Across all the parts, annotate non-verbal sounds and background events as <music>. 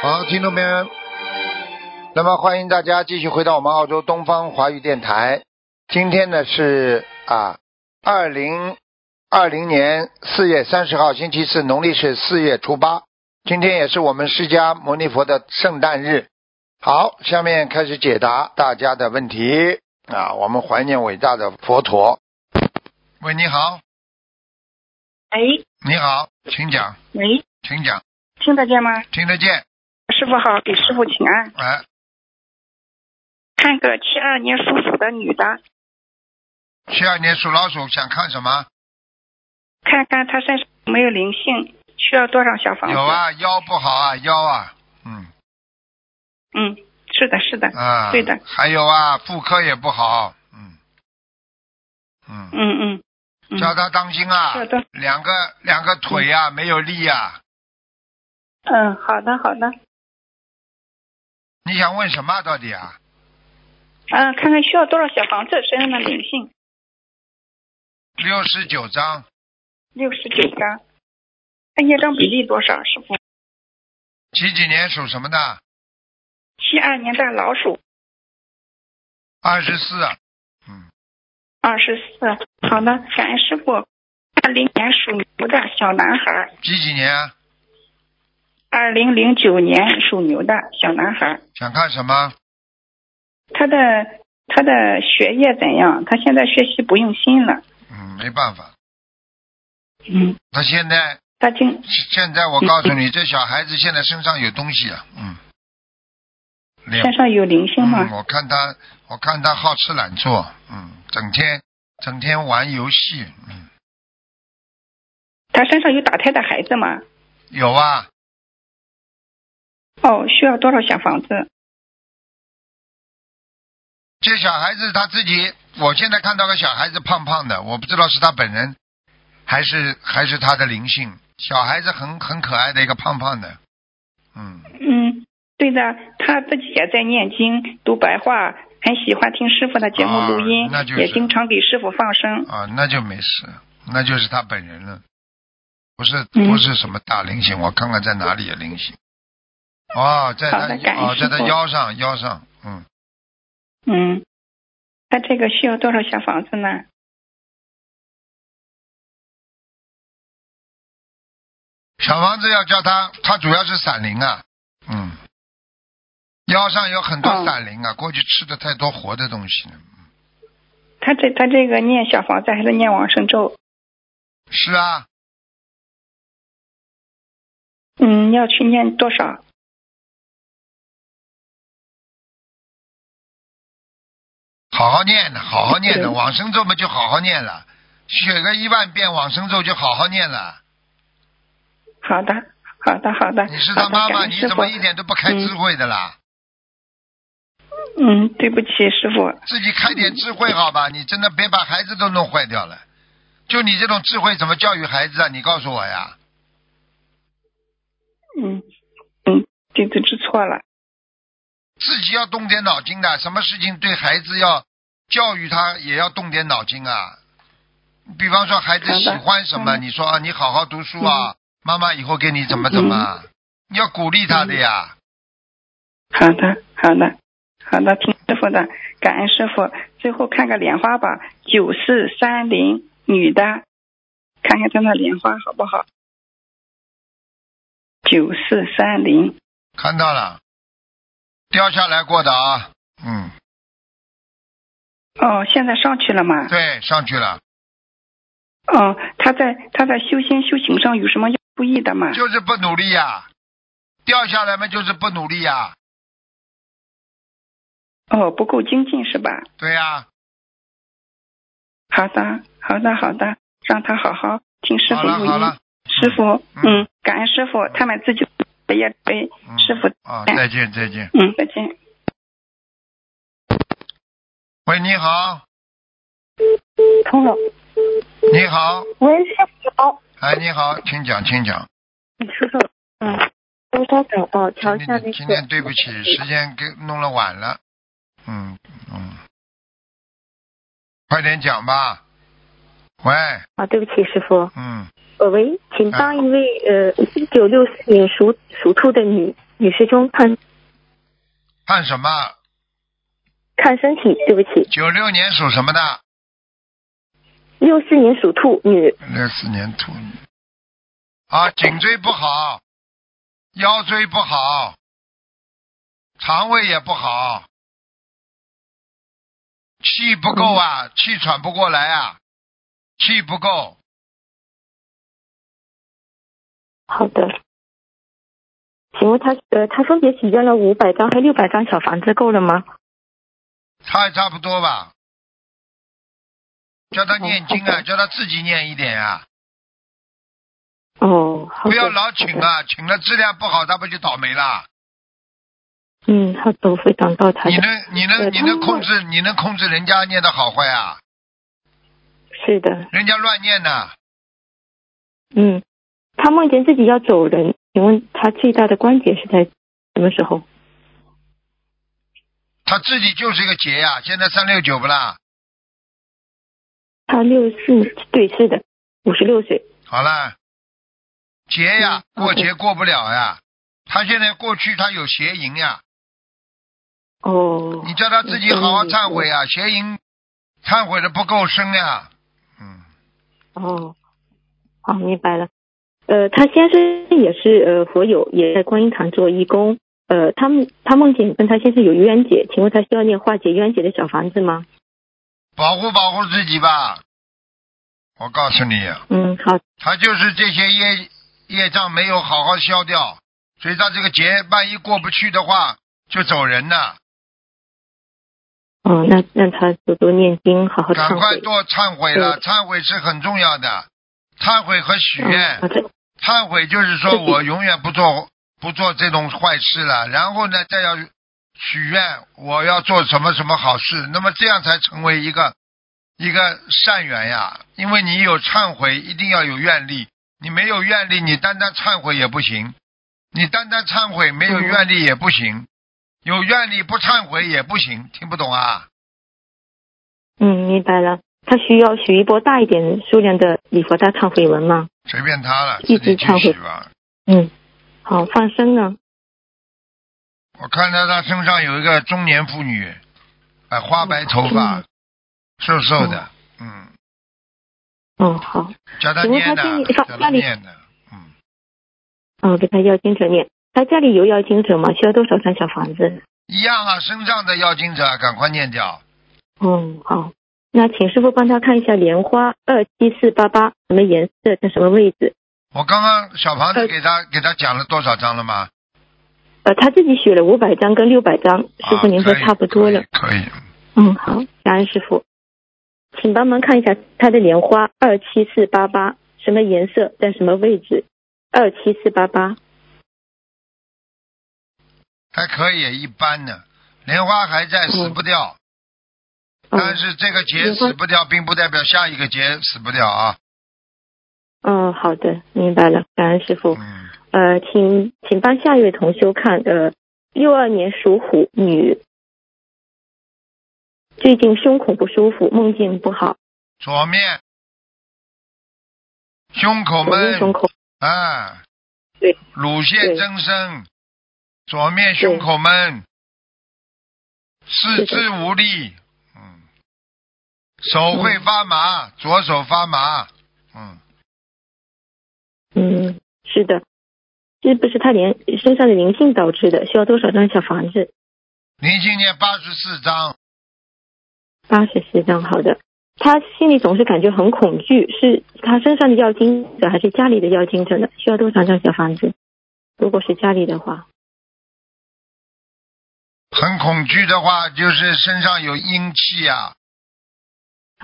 好，听众朋友们，那么欢迎大家继续回到我们澳洲东方华语电台。今天呢是啊，二零二零年四月三十号星期四，农历是四月初八。今天也是我们释迦牟尼佛的圣诞日。好，下面开始解答大家的问题啊。我们怀念伟大的佛陀。喂，你好，喂你好，请讲，哎喂，请讲，听得见吗？听得见。师傅好，给师傅请安。哎，看个七二年属鼠的女的，七二年属老鼠，想看什么？看看她身上有没有灵性，需要多少小房子？有。啊，腰不好啊，腰啊，嗯嗯，是的，是的。啊，对的。还有啊，妇科也不好，嗯嗯，嗯嗯嗯。叫他当心啊，好的。两个两个腿啊没有力啊。嗯，好的好的。你想问什么啊到底啊？嗯，看看需要多少小房子，身上的灵性六十九章，六十九张，看业障比例多少？师傅，几几年属什么的？七二年的老鼠，二十四，嗯，二十四。好的，感恩师傅。二零年属牛的小男孩，几几年啊？二零零九年属牛的小男孩。想看什么？他的他的学业怎样？他现在学习不用心了。嗯，没办法，嗯，他现在他经现在我告诉嗯你，这小孩子现在身上有东西啊，嗯，脸身上有灵性嗯，吗？我看他，我看他好吃懒做，嗯，整天整天玩游戏，嗯，他身上有打胎的孩子吗？有啊，哦，需要多少小房子？这小孩子他自己，我现在看到个小孩子胖胖的，我不知道是他本人，还是还是他的灵性。小孩子很很可爱的一个胖胖的，嗯，嗯，对的，他自己也在念经、读白话，很喜欢听师傅的节目录音，哦那就是也经常给师傅放生。啊，那就没事，那就是他本人了，不是嗯不是什么大灵性，我看看在哪里有灵性。哦，在他好的感恩哦，在他师父腰上腰上，嗯，嗯，他这个需要多少小房子呢？小房子要叫他，他主要是散灵啊，嗯，腰上有很多哦散灵啊，过去吃的太多活的东西了。他这他这个念小房子还是念往生咒？是啊，嗯，要去念多少？好好念的，好好念的，对往生咒嘛就好好念了，写个一万遍往生咒就好好念了。好的，好的，好的。你是他好的妈感 <laughs> 妈，恩你师怎傅么一点都不开智慧的啦？嗯，对不起，师傅。自己开点智慧好吧？你真的别把孩子都弄坏掉了。就你这种智慧怎么教育孩子啊？你告诉我呀。嗯嗯，弟子知错了。自己要动点脑筋的，什么事情对孩子要教育他，也要动点脑筋啊。比方说孩子喜欢什么，好的嗯你说啊，你好好读书啊，妈妈以后给你怎么怎么，你要鼓励他的呀。好的，好的，好的，听师傅的，感恩师傅。最后看个莲花吧，九四三零女的，看看她的莲花嗯好不好？九四三零，看到了，掉下来过的啊，嗯，哦，现在上去了吗？对，上去了，哦，她在她在修心修行上有什么要注意的吗？就是不努力呀、掉下来嘛就是不努力呀、哦，不够精进是吧？对呀、好的，好的，好的，让他好好听师好傅了录音。好了，师傅，嗯嗯，感恩师傅，他们自己的业背。嗯师傅，啊，再见再见。嗯，再见。喂，你好，通了。你好，喂，师傅好，哎，你好，请讲，请讲。师傅，嗯，稍稍等哦，调一今下那天个。今天对不起，时间给弄了晚了。嗯嗯，快点讲吧。喂，啊，对不起，师傅。嗯，呃，喂，请帮一位呃，一九六四年属属兔的女女师兄看看什么？看身体，对不起，九六年属什么的？六四年属兔女，六四年兔女。啊，颈椎不好，腰椎不好，肠胃也不好，气不够啊，嗯气喘不过来啊，气不够。好的。请问她呃，她分别许愿了五百张和六百张小房子，够了吗？差也差不多吧。叫他念经啊，叫他自己念一点啊，哦，好不的要老请。好的啊，请了质量不好，他不就倒霉了？嗯，好的，我会转告她你的。能你对能你他能们控制你能控制人家念的好坏啊？是的，人家乱念呢，嗯，她梦见自己要走人，请问她最大的关节是在什么时候？他自己就是一个结呀、现在三六九不啦？她六四对，是的，五十六岁。好了，劫呀、嗯过节过不了呀、他现在过去他有邪淫呀、哦，你叫他自己好好忏悔嗯啊，邪淫忏悔的不够深呀、嗯，哦，好，明白了。呃，他先生也是呃佛友，也在观音堂做义工。呃，他们他梦见跟他先生有冤结，请问他需要念化解冤结的小房子吗？保护保护自己吧。我告诉你、啊，嗯，好，他就是这些业业障没有好好消掉，所以他这个劫万一过不去的话，就走人了。 <laughs> 哦，那让他多多念经，好好赶忏快悔。做忏悔了，对忏悔是很重要的，忏悔和许嗯，愿好。的，忏悔就是说自己 <laughs> 我永远不做不做这种坏事了，然后呢，再要许愿，我要做什么什么好事，那么这样才成为一个一个善缘呀。因为你有忏悔，一定要有愿力，你没有愿力，你单单忏悔也不行，你单单忏悔没有嗯愿力也不行，有愿力不忏悔也不行，听不懂啊？嗯，明白了。他需要许一波大一点数量的礼佛大忏悔文吗？随便他了，一自己直去忏许悔吧。嗯，好，放生呢？我看到他身上有一个中年妇女，哎，花白头发嗯，瘦瘦的，嗯，嗯，好，叫他请问念的他今，年叫他那里念的，嗯，嗯，给他要经者念。他家里有要经者吗？需要多少张小房子？一样啊，身上的要经者赶快念掉，嗯，好，那请师傅帮他看一下莲花二七四八八什么颜色，在什么位置？我刚刚小房子呃给他给他讲了多少章了吗？呃，他自己许了五百张跟六百张，师啊傅您说差不多了。，可以可以，可以嗯，好，感恩师傅，请帮忙看一下他的莲花二七四八八什么颜色，在什么位置？二七四八八，还可以，一般呢，莲花还在，死嗯不掉，但嗯是这个劫莲花死不掉，并不代表下一个劫死不掉啊，嗯，好的，明白了，感恩师傅。嗯，呃，请请帮下一位同修看，呃，六二年属虎女，最近胸口不舒服，梦境不好，左面，胸口左闷面，胸口，啊，对，乳腺增生，左面胸口闷，四是的肢无力，嗯，手会发麻，左手发麻，嗯，嗯，是的，是不是他连身上的灵性导致的？需要多少张小房子？您今年八十四章，八十四张，好的。他心里总是感觉很恐惧，是他身上的药精者还是家里的药精者呢？需要多少张小房子？如果是家里的话，很恐惧的话，就是身上有阴气啊，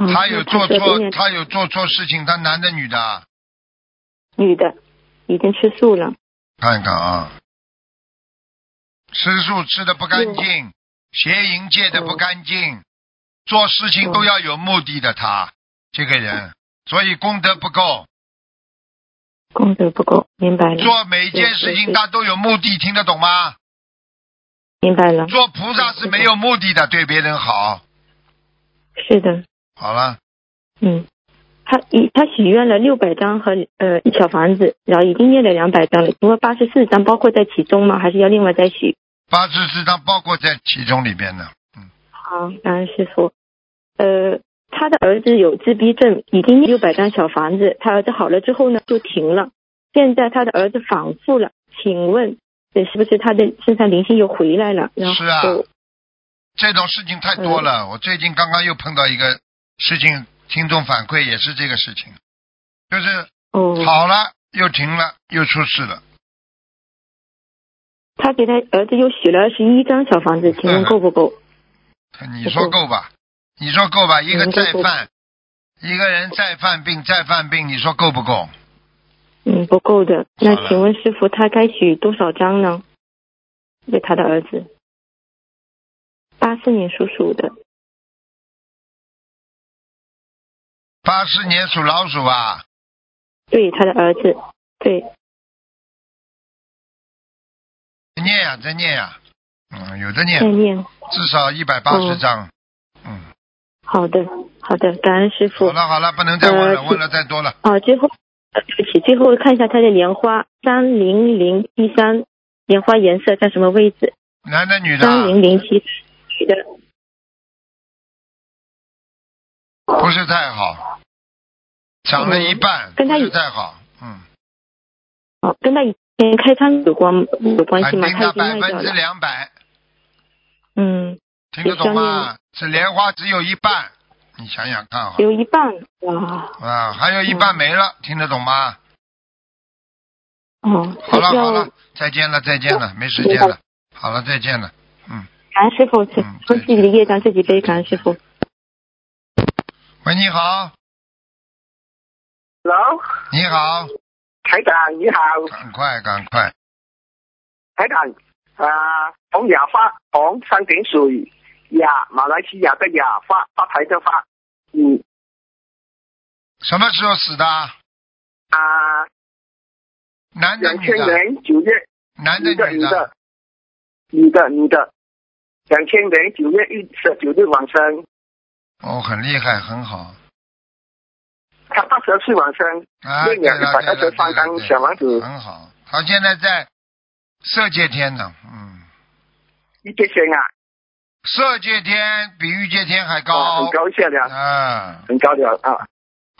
嗯他有那做需要多错，念他有做错事情，他男的女的啊，女的已经吃素了。看一看啊，吃素吃的不干净，邪淫戒的不干净，做事情都要有目的的他。这个人，所以功德不够，功德不够，明白了，做每一件事对对情对他都有目的，听得懂吗？明白了，做菩萨是没有目的的，对别人好。是的，好了，嗯，他一他许愿了六百张和呃小房子，然后已经念了两百张了，请问八十四张包括在其中吗？还是要另外再许？八十四张包括在其中里边的。嗯，好，感恩师傅。呃，他的儿子有自闭症，已经六百张小房子，他儿子好了之后呢就停了，现在他的儿子反复了，请问这是不是他的身上灵性又回来了？然后是啊这种事情太多了。我最近刚刚又碰到一个事情，听众反馈也是这个事情，就是哦，好了又停了又出事了。他给他儿子又许了二十一张小房嗯子，请问够不够？呃你说够吧？你说够吧？一个嗯再够够犯，一个人再犯病再犯病，你说够不够？嗯，不够的。那好了请问师傅，他该许多少张呢？为他的儿子，八四年属鼠的，八四年属老鼠啊，对他的儿子，对，念呀、再念呀、嗯，有的再念，念。至少一百八十嗯张。嗯，好的，好的，感恩师傅好。了好了，不能再问了，呃问了太多了。哦，最后，呃对不起，最后看一下他的莲花，三零零七三，莲花颜色在什么位置？男的女的啊？三零零七，女的，不是太好，讲了一半，嗯跟他不以是太好，嗯，哦，跟他以前开仓有关有关系肯吗？定的他已经百卖掉分之了。两百，嗯，听得懂有效吗？这莲花只有一半，你想想看好只有一半哇，啊，还有一半没了，听得懂吗？哦，好了他好要了，再见了再见了，没时间了，好了再见了，嗯，感恩师傅，是嗯说自己的业障自己背，感恩师傅。喂你好， Hello，你好，台长你好，赶快赶快，台长啊，洪雅发，洪三点水，雅马来西亚的雅发，发财的发，嗯什么时候死的？啊，男的两女千的？年九月，男的女的女女的，女的女的，两千年九月一十九日晚上，哦，很厉害，很好他八十四晚上，啊！对念了两对一百了二对十了三张对了小王子，很好，他现在在色界天呢，嗯，一天先啊，色界天比欲界天还啊，高很，高兴了，啊，很高了啊。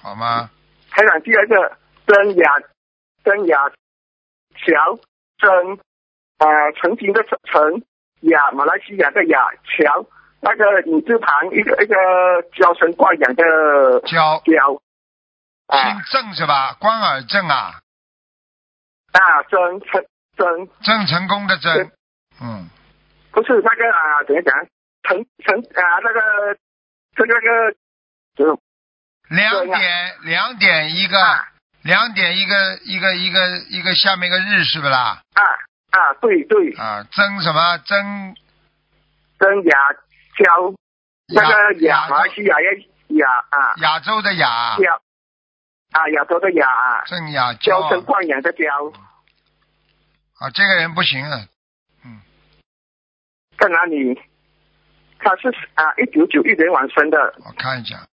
好吗？台长第二个曾雅曾雅乔曾呃曾经的曾雅马来西亚的雅乔那个女字旁一个一个娇生惯养的交娇啊姓郑是吧？关尔郑啊，啊曾曾曾郑成功的郑对，嗯，不是那个啊怎么讲曾曾啊那个这个那个就是两对呀点两点一个啊，两点一个一个一个一个下面一个日是不啦？啊啊对对啊，曾什么曾曾雅乔那个雅亚马来西亚的雅啊亚洲的亚，雅啊亚洲的雅啊。郑亚娇娇生惯养的娇，啊，这个人不行啊，在哪里？他是啊，一九九一年往生的我看一下，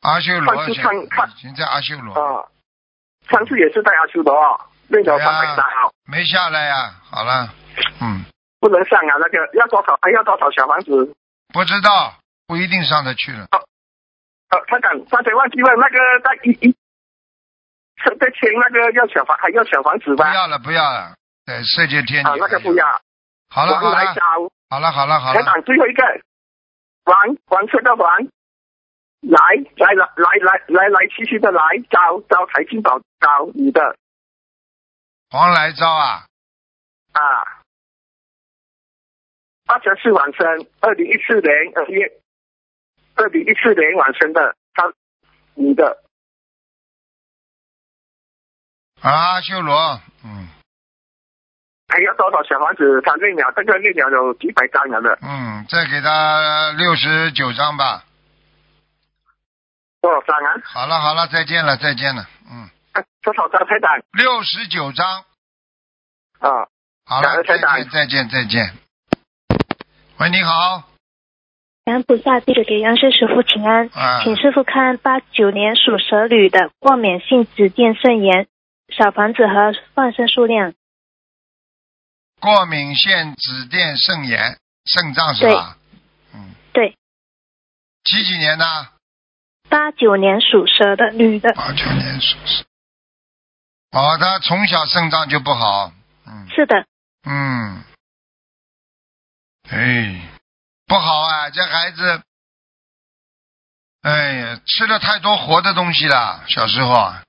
阿修罗上次现看看已经在阿修罗，哦。上次也是在阿修罗哦那个三百张，没下来呀、好了，嗯，不能上啊，那个要多少？还要多少小房子？不知道，不一定上得去了。呃，他敢刚才忘记问那个在一一，是在签那个要小房还要小房子不吧？要了，不要了，对，色界天啊，女那还个有不要。好了，好王来了，招，好了，好了，好台了，长最后一个，王黄色的王，来来来来来来来去去的来招招财进宝招你的黄来昭啊，啊，八十四晚生，二零一四年二月，二零一四年晚生的，他你的啊阿修罗，嗯还要哎多少小房子？他那鸟这个那鸟有几百张了的，嗯，再给他六十九张吧。多少张啊？好了，好了，再见了，再见了，嗯，啊 <laughs> 多少张台长六十九张，啊？好好了，的再台见，长再见，再见。喂，你好，感恩菩萨，弟子给杨师傅请安，啊，请师傅看八九年属蛇女的过敏性紫癜肾炎小房子和放生数量。过敏性紫癜肾炎，肾脏是吧？嗯，对，几几年的？啊八九年属蛇的女的，八九年属蛇。哦，他从小肾脏就不好，嗯是的，嗯，哎，不好啊，这孩子，哎呀，吃了太多活的东西了，小时候啊，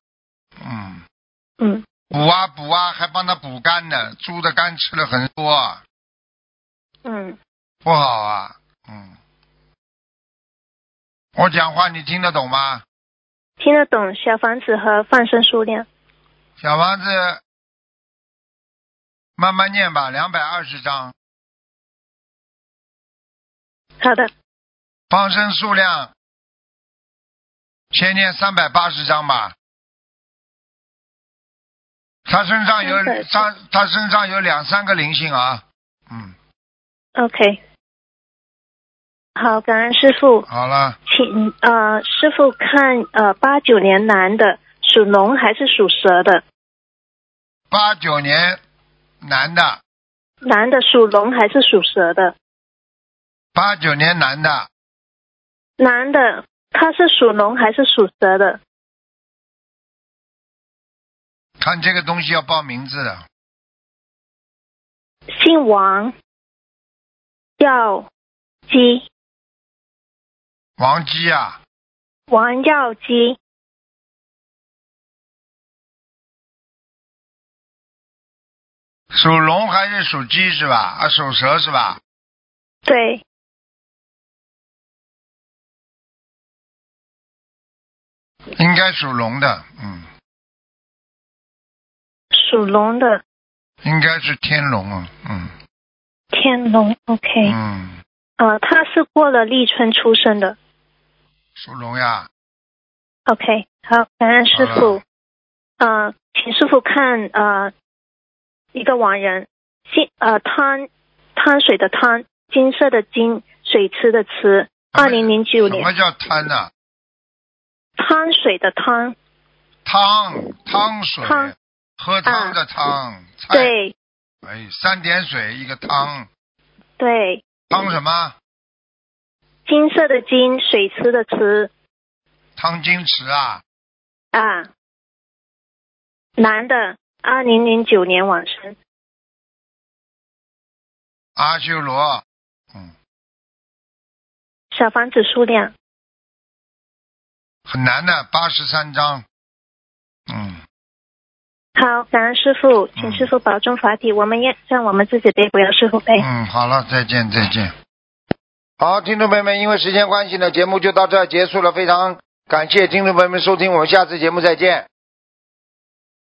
嗯，嗯，补啊补啊，还帮他补肝呢，猪的肝吃了很多啊，嗯，不好啊，嗯，我讲话你听得懂吗？听得懂小房子和放生数量。小房子慢慢念吧，两百二十章，好的，放生数量先念三百八十章吧。他身上有380他他身上有两三个灵性啊，嗯， OK，好，感恩师傅，好了，请呃师傅看呃八九年男的属龙还是属蛇的？八九年男的，男的属龙还是属蛇的？八九年男的，男的他是属龙还是属蛇的？看这个东西要报名字的，姓王，耀基，王姬啊，王耀基，属龙还是属鸡是吧？啊，属蛇是吧？对，应该属龙的，嗯。属龙的应该是天龙啊，嗯天龙，OK，、嗯，呃，他是过了立春出生的属龙呀， ，OK，好，感恩师好了傅，啊呃，请师傅看呃一个亡人，金呃汤汤水的汤，金色的金，水池的池，什么二零零九什年么叫贪啊呢、汤水的汤，汤汤水，汤啊喝汤的汤，菜，对哎，三点水一个汤，对，汤什么？金色的金，水池的池汤金池啊，啊，男的，二零零九年往生，阿修罗，嗯，小房子数量很难的，八十三章，嗯，好，感恩师傅，请师傅保重法体，我们也让我们自己背，不要师傅背。嗯，好了，再见，再见。好，听众朋友们，因为时间关系呢，节目就到这儿结束了。非常感谢听众朋友们收听，我们下次节目再见。